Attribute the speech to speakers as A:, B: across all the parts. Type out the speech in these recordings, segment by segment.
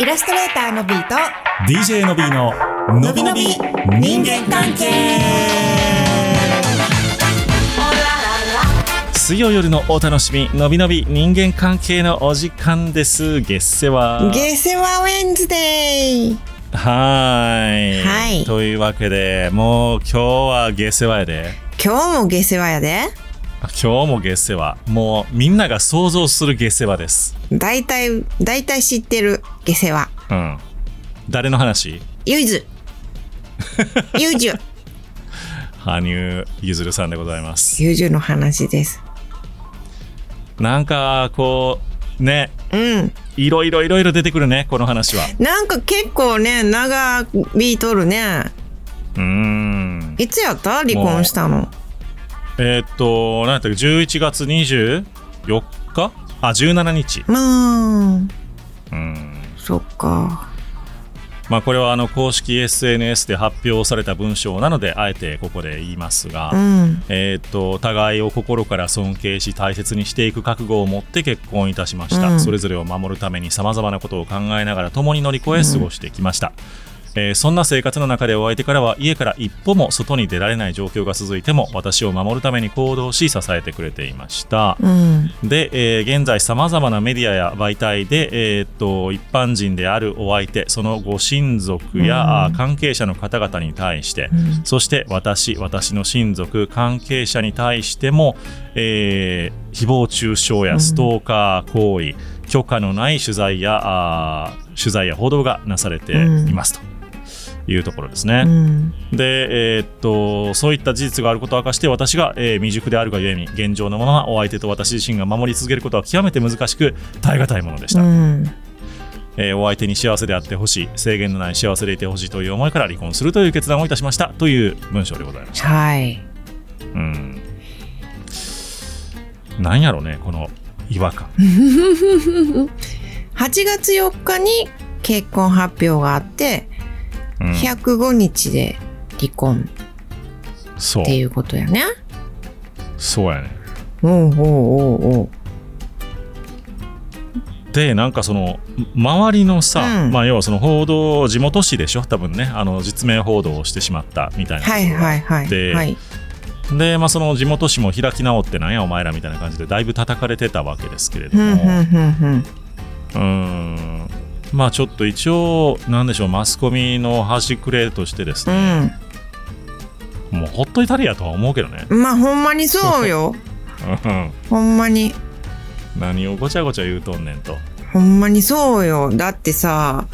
A: イラストレーターのビーと
B: DJ のびーののびのび人間関係水曜夜のお楽しみのびのび人間関係のお時間です月世話
A: ゲセワウェンズデイ
B: はーい
A: はい
B: というわけでもう今日は月世話やで
A: 今日もゲセワやで
B: あ今日も月世話もうみんなが想像する月世話です
A: 大体大体知ってるゲセワ
B: うん誰の話
A: ユイズユージュ
B: 羽生結弦さんでございます
A: ユージュの話です
B: なんかこうね
A: うん
B: いろいろいろいろ出てくるねこの話は
A: なんか結構ね長ビートるね
B: うーん
A: いつやった離婚したの
B: えーっと何だったっけ11月24日あ17日
A: まあ
B: うん
A: そっか
B: まあこれはあの公式 SNS で発表された文章なのであえてここで言いますが、
A: うん
B: えーっと互いを心から尊敬し大切にしていく覚悟を持って結婚いたしました、
A: うん
B: それぞれを守るためにさまざまなことを考えながら共に乗り越え過ごしてきました、えーそんな生活の中でお相手からは家から一歩も外に出られない状況が続いても私を守るために行動し支えてくれていました、
A: うん
B: で、えー現在さまざまなメディアや媒体で、えーっと一般人であるお相手そのご親族や、あー関係者の方々に対して、
A: うん
B: そして私私の親族関係者に対しても、えー誹謗中傷やストーカー行為、許可のない取材やあー取材や報道がなされていますと。いうところですね、
A: うん
B: で、えーっとそういった事実があることを明かして私が、えー未熟であるがゆえに現状のままお相手と私自身が守り続けることは極めて難しく耐え難いものでした、
A: うん
B: えーお相手に幸せであってほしい制限のない幸せでいてほしいという思いから離婚するという決断をいたしましたという文章でございました
A: はい
B: うんなんやろねこの違和感
A: 8月4日に結婚発表があって、
B: うん
A: 105日で離婚
B: そう
A: っていうことやね。
B: そうやね
A: おうおうおうおう。
B: でなんかその周りのさ、
A: うん
B: まあ要はその報道地元紙でしょ多分ねあの実名報道をしてしまったみたいな
A: はいはいはい。
B: で
A: はい、
B: で、まあ、その地元紙も開き直ってなんやお前らみたいな感じでだいぶ叩かれてたわけですけれど
A: ふ
B: も
A: んふんふんふん。
B: うーんまあちょっと一応なんでしょうマスコミの端くれとしてです
A: う
B: ね、
A: ん。
B: もうほっといたりやとは思うけどね、
A: まあほんまにそう よ。
B: うん
A: ほんまに。
B: 何をごちゃごちゃ言うとんねん と
A: ほんまにそうよ。だってさ、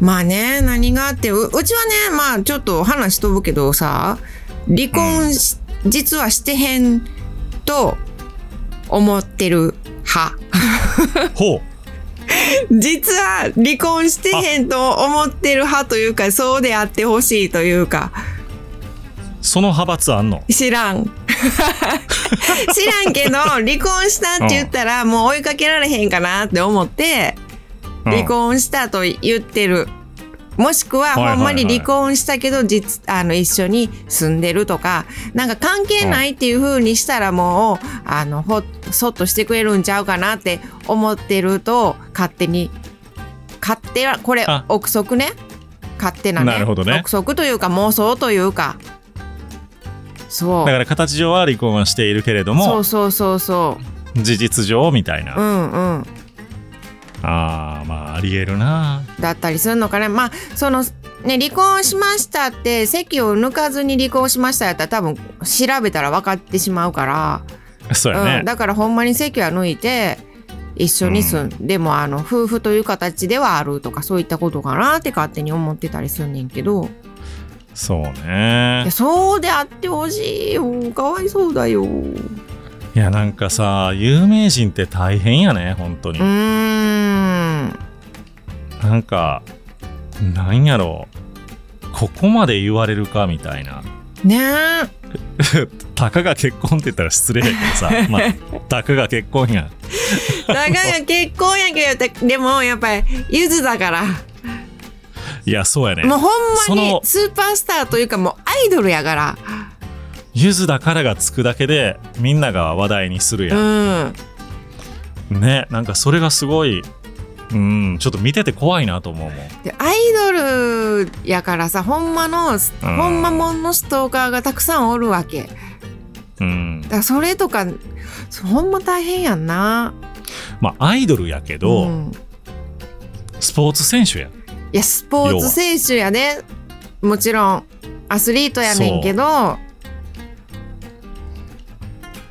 A: まあね、何があって、ううちはね、まあちょっと話飛ぶけどさ、離婚し、実はしてへんと思ってる派。
B: ほう
A: 実は離婚してへんと思ってる派というかそうであってほしいというか
B: その派閥あんの
A: 知らん知らんけど離婚したって言ったらもう追いかけられへんかなって思って
B: うん
A: 離婚したと言ってるもしくは
B: はいはいは
A: ほん
B: い
A: まに離婚したけど実あの一緒に住んでるとかなんか関係ないっていう風にしたらもうあのほそっとしてくれるんちゃうかなって思ってると勝手に勝手はこれ
B: あ
A: 憶測ね勝手なね
B: なるほどね
A: 憶測というか妄想というかそう
B: だから形上は離婚はしているけれど
A: そ
B: も
A: うそうそうそ
B: 事実上みたいな、
A: ううんうん
B: あーまあありえるな
A: だったりするのかねまあそのね離婚しましたって籍を抜かずに離婚しましたやったら多分調べたら分かってしまうから、
B: そうやね
A: うん、、だからほんまに籍は抜いて一緒に住ん、でもあの夫婦という形ではあるとかそういったことかなって勝手に思ってたりすんねんけど
B: そう
A: い
B: ね
A: やそうであってほしいよかわいそうだよう
B: いやなんかさ有名人って大変やね本当に、
A: ーん
B: なんかなんやろうここまで言われるかみたいな
A: ねえ
B: たかが結婚って言ったら失礼やけど さまあたかが結婚やん
A: だから結婚やけどでもやっぱりゆずだから。
B: いやそうやね
A: もうほんま
B: そ
A: に
B: の
A: スーパースターというかもうアイドルやから。
B: ゆずだからがつくだけでみんなが話題にする
A: う
B: やん、
A: ん。
B: ねなんかそれがすごいうん、ちょっと見てて怖いなと思うもん。
A: でアイドルやからさほんまの、ほんまもんのストーカーがたくさんおるわけだか
B: うん。
A: らそれとかほんま大変やんな
B: まあ、アイドルやけど、
A: うん
B: スポーツ選手や。
A: いやスポーツ選手やでもちろんアスリートやねんけど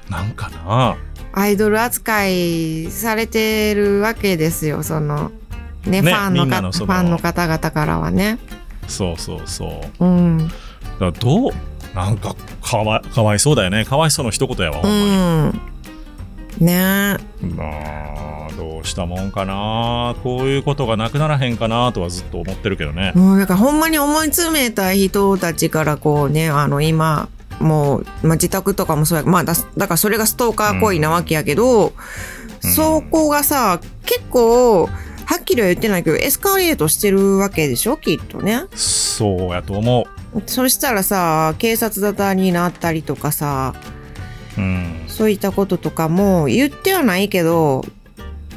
B: なんかな。
A: アイドル扱いされてるわけですよそのね
B: ね
A: ファンの
B: みんな
A: か
B: のその
A: ファンの方々からはね
B: そうそうそう。
A: うんうん
B: だからどうなんかかわかわいそうだよね。かわいそうの一言やわ、ほんまに。
A: ね
B: まあ、どうしたもんかな。こういうことがなくならへんかなとはずっと思ってるけどね。
A: もうなんかほんまに思い詰めた人たちからこうねあの今もう、まあ、自宅とかもそうやまあだだからそれがストーカー行為なわけやけど、そこがさ結構はっきりは言ってないけどエスカレートしてるわけでしょきっとね。
B: そうやと思
A: そしたらさ警察沙汰になったりとかさ
B: う。うん。
A: そういったこととかも言ってはないけど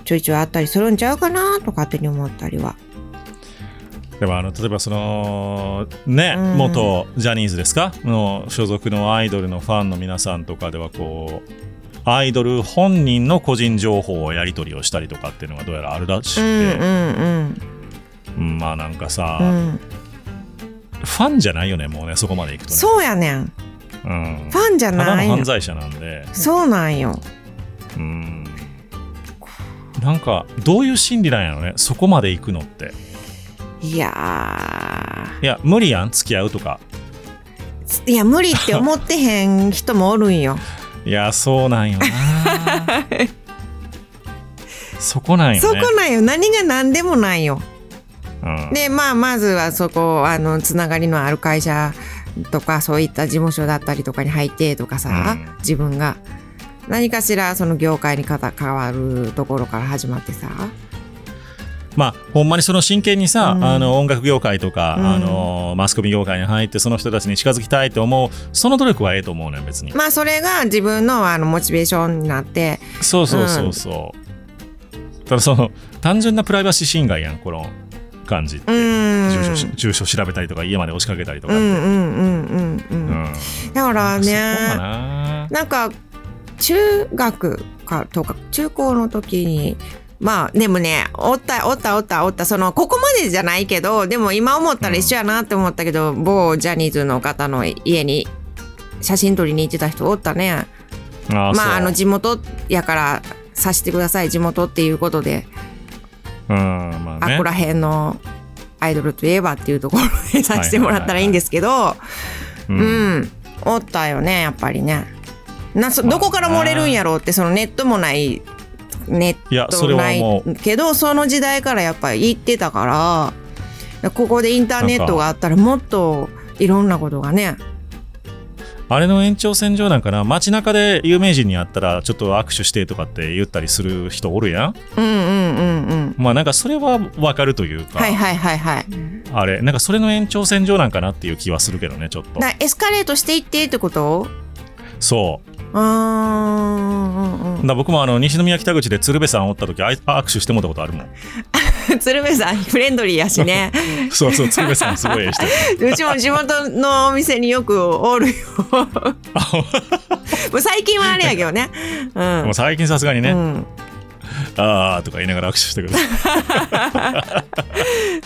A: ちょいちょいあったりするんちゃうかなと勝手に思ったりは。
B: でもあの例えばそのね、
A: うん
B: 元ジャニーズですかの所属のアイドルのファンの皆さんとかではこうアイドル本人の個人情報をやり取りをしたりとかっていうのがどうやらあるらし
A: う
B: く
A: んうん
B: て、
A: うん
B: うんまあなんかさ、
A: うん、
B: ファンじゃないよねもうねそこまでいくとね
A: そうやねんフ
B: うん、
A: ァンじゃ
B: ただ
A: ない
B: の犯
A: の
B: 罪者なんで、
A: そうなんよ
B: うん、なんかどういう心理なんやろねそこまでいくのって
A: いや
B: いや無理やん付き合うとか
A: ーいや無理って思ってへん人もおるんよ
B: いやそうなんよ なそこなんよね
A: そこなんよ何が何でもないよ
B: うん
A: でまあまずはそこあのつながりのある会社とかそういった事務所だったりとかに入ってとかさ、
B: うん
A: 自分が何かしらその業界に関わるところから始まってさ
B: まあほんまにその真剣にさ、
A: うん
B: あの音楽業界とか、
A: うん
B: あのマスコミ業界に入ってその人たちに近づきたいと思うその努力はええと思うねん別に
A: まあそれが自分のあのモチベーションになって
B: そうそうそうそう、ただその単純なプライバシー侵害やんこの感じ、
A: うーん
B: 住所し住所調べたりとか家まで押しかけたりと
A: う
B: か、
A: ん
B: うん
A: うんうんうんうんだから
B: そこか
A: ね
B: な
A: なんか中学かとか中高の時にまあでもねおったおったおったおったそのここまでじゃないけどでも今思ったら一緒やなって思ったけど、某ジャニーズの方の家に写真撮りに行ってた人おったね
B: あ
A: まああの
B: じ
A: 地元やからさしてください地元っていうことで、
B: うんまあ
A: あ
B: ね
A: こら辺のアイドルといえばっていうところでさしてもらったらいいんですけど、
B: うん
A: うん、おったよねやっぱりねなそどこから漏れるんやろうってそのネットもないネ
B: いや
A: ッ
B: そ
A: ト
B: れは
A: ない
B: もう
A: けどその時代からやっぱり行ってたからここでインターネットがあったらもっといろんなことがね
B: あれの延長線上なんかな街中で有名人に会ったらちょっと握手してとかって言ったりする人おるやん
A: うんうんうんうん
B: まあなんかそれはわかるというか、
A: はいはいはいはい
B: あれなんかそれの延長線上なんかなっていう気はするけどねちょっと
A: だエスカレートしていってってこと
B: そう
A: うーんうん
B: だから僕もあの西宮北口で鶴瓶さんおった時あい握手してもらったことあ るもん
A: うん鶴瓶さんフレンドリーやしね
B: そうそう鶴瓶さんすごいええ人
A: うちも地元のお店によくおるよもう最近はあれやけどね うん
B: もう最近さすがにね、
A: うん、
B: あーとか言いながら握手してくれる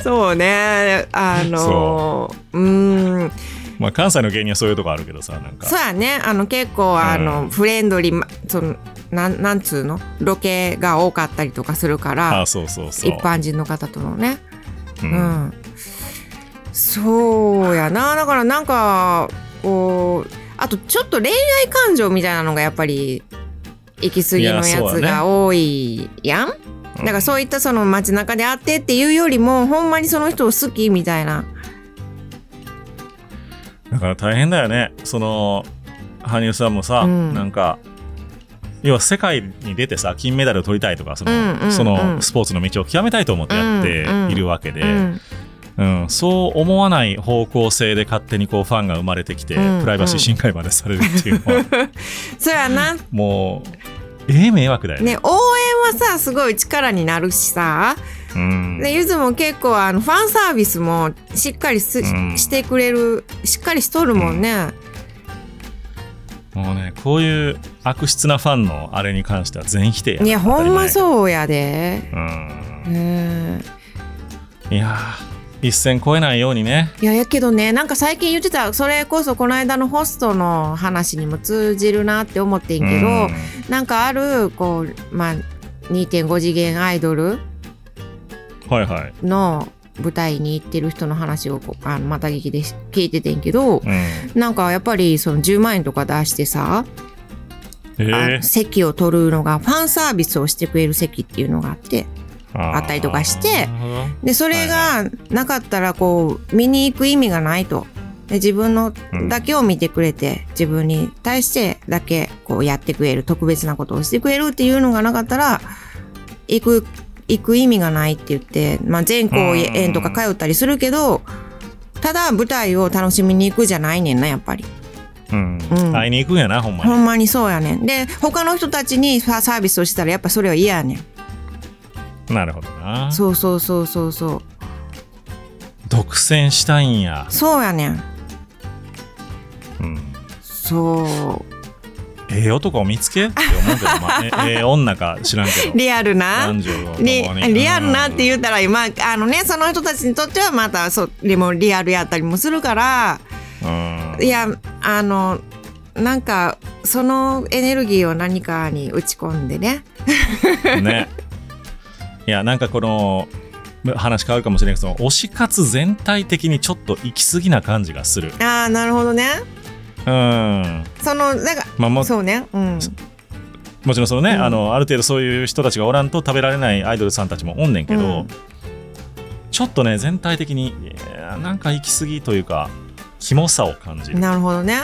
A: そうねあの
B: そう
A: ーん
B: まあ関西の芸人はそういうとこあるけどさなんか
A: そうやねあの結構あの、フレンドリーまそのなんなんつうのロケが多かったりとかするか
B: あ
A: ら
B: ーそうそうそう
A: 一般人の方とのね
B: う
A: うんん、そうやなだからなんかこうあとちょっと恋愛感情みたいなのがやっぱり行き過ぎのや
B: いやそう
A: つ
B: だね
A: が多いやんだからそういったその街中で会ってっていうよりもほんまにその人を好きみたいな
B: だから大変だよねその羽生さんもさ、
A: うん
B: なんか要は世界に出てさ金メダルを取りたいとかその,、
A: うんうんうん
B: そのスポーツの道を極めたいと思ってやっているわけで、うん
A: うん
B: そう思わない方向性で勝手にこうファンが生まれてきて、
A: うんうん
B: プライバシー侵害までされるっていうのは
A: そうやな
B: もうええ迷惑だよね。
A: ね応援はさすごい力になるしさ
B: うん
A: でゆずも結構あのファンサービスもしっかりす、
B: うん
A: してくれるしっかりしとるもんね、
B: もうねこういう悪質なファンのあれに関しては全否定や
A: いやほんま
B: う、
A: そうやで
B: うん、
A: うん
B: いやー一線超えないようにね
A: いややけどねなんか最近言ってたそれこそこの間のホストの話にも通じるなって思ってんけど、
B: うん
A: なんかあるこうまあ2.5次元アイドル
B: はいはい、
A: の舞台に行ってる人の話をこうあのまた劇でし聞いててんけど
B: うん、
A: なんかやっぱりその10万円とか出してさ、
B: え
A: あの
B: ー
A: 席を取るのがファンサービスをしてくれる席っていうのがあって
B: あ
A: あったりとかして
B: ーなるほど
A: でそれがなかったらこう見に行く意味がないとで自分の
B: うん
A: だけを見てくれて自分に対してだけこうやってくれる特別なことをしてくれるっていうのがなかったら行く行く意味がないって言って、まあ、全公演とか通ったりするけどただ舞台を楽しみに行くじゃないねんなやっぱり。
B: うん
A: うん
B: 会いに行くんやなほんまに
A: ほんまにそうやねん。で、他の人たちにさサービスをしたらやっぱそれは嫌やねん。
B: なるほどな
A: そうそうそうそうそう。
B: 独占したいんや、
A: そうやねん。
B: うん、
A: そ
B: ええ男を見つけって思うけど、まあ、え ええ女か知らんけ
A: う。
B: ど
A: リアルな
B: 男。女の
A: リ
B: 共に
A: リアルなって言ったら今あのねその人たちにとってはまたそれもリアルやったりもするから
B: うん
A: いやあのなんかそのエネルギーを何かに打ち込んでね
B: ね。いや、なんかこの、話変わるかもしれないけど、その推し活全体的にちょっと行き過ぎな感じがする。
A: ああなるほどね
B: うん。ま
A: そのなんか
B: あ、も
A: そうねうん
B: もちろんそのね、
A: うん
B: あの、ある程度そういう人たちがおらんと食べられないアイドルさんたちもおんねんけど、
A: うん
B: ちょっとね、全体的に、いやなんか行き過ぎというか、キモさを感じる。
A: なるほどね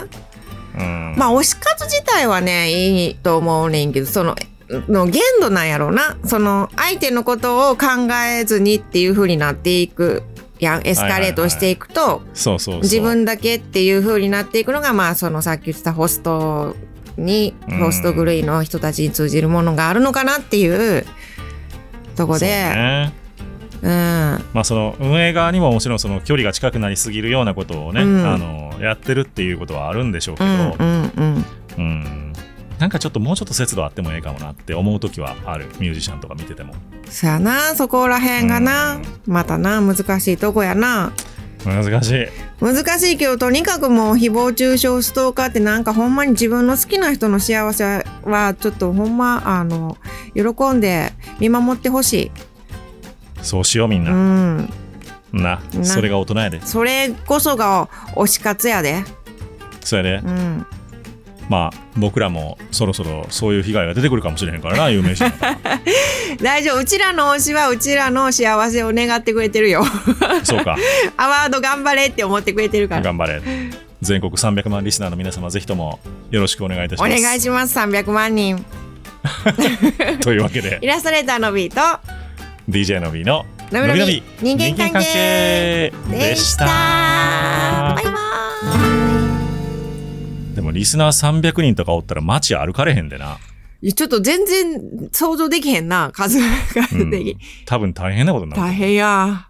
B: うん。
A: まあ推し活自体はねいいと思うねんけどそのの限度なんやろうなその相手のことを考えずにっていう風になっていくやんエスカレートしていくと、
B: そうそうそう。
A: 自分だけっていう風になっていくのがまあそのさっき言ってたホストに
B: うん
A: ホスト狂いの人たちに通じるものがあるのかなっていうとこ
B: そう
A: で
B: ね
A: う,、ん
B: まあ、その運営側にももちろんその距離が近くなりすぎるようなことをね、
A: うん
B: あのやってるっていうことはあるんでしょうけ
A: う
B: ど、
A: んうんうん
B: うんなんかちょっともうちょっと節度あってもええかもなって思う時はあるミュージシャンとか見てても
A: そやなそこら辺がな、
B: うん
A: またな難しいとこやな
B: 難しい
A: 難しいけどとにかくもう誹謗中傷ストーカーってなんかほんまに自分の好きな人の幸せはちょっとほんまあの喜んで見守ってほし
B: そうしようみん
A: い、う
B: な、
A: ん、
B: な
A: な
B: それが大人やで
A: それこそが推し活やで、
B: それで、
A: うん、
B: まあ僕らもそろそろそういう被害が出てくるかもしれへんから な有名人だか
A: 大丈夫うちらの推しはうちらの幸せを願ってくれてるよ
B: らそうか
A: アワード頑張れって思ってくれてるから
B: 頑張れ全国300万リスナーの皆様ぜひともよろしくお願いいたし
A: お
B: ます
A: 願いします300万人
B: というわけで
A: イラストレーターのビート
B: DJ のびの
A: のびのび人間関係
B: 人間関係
A: で
B: で
A: し
B: したた
A: バイバーイ
B: でもリスナー300人とかおったら街歩かれへんでない
A: やちょっと全然想像できへんな、数、数的。
B: 多分大変なことになる
A: 大変や。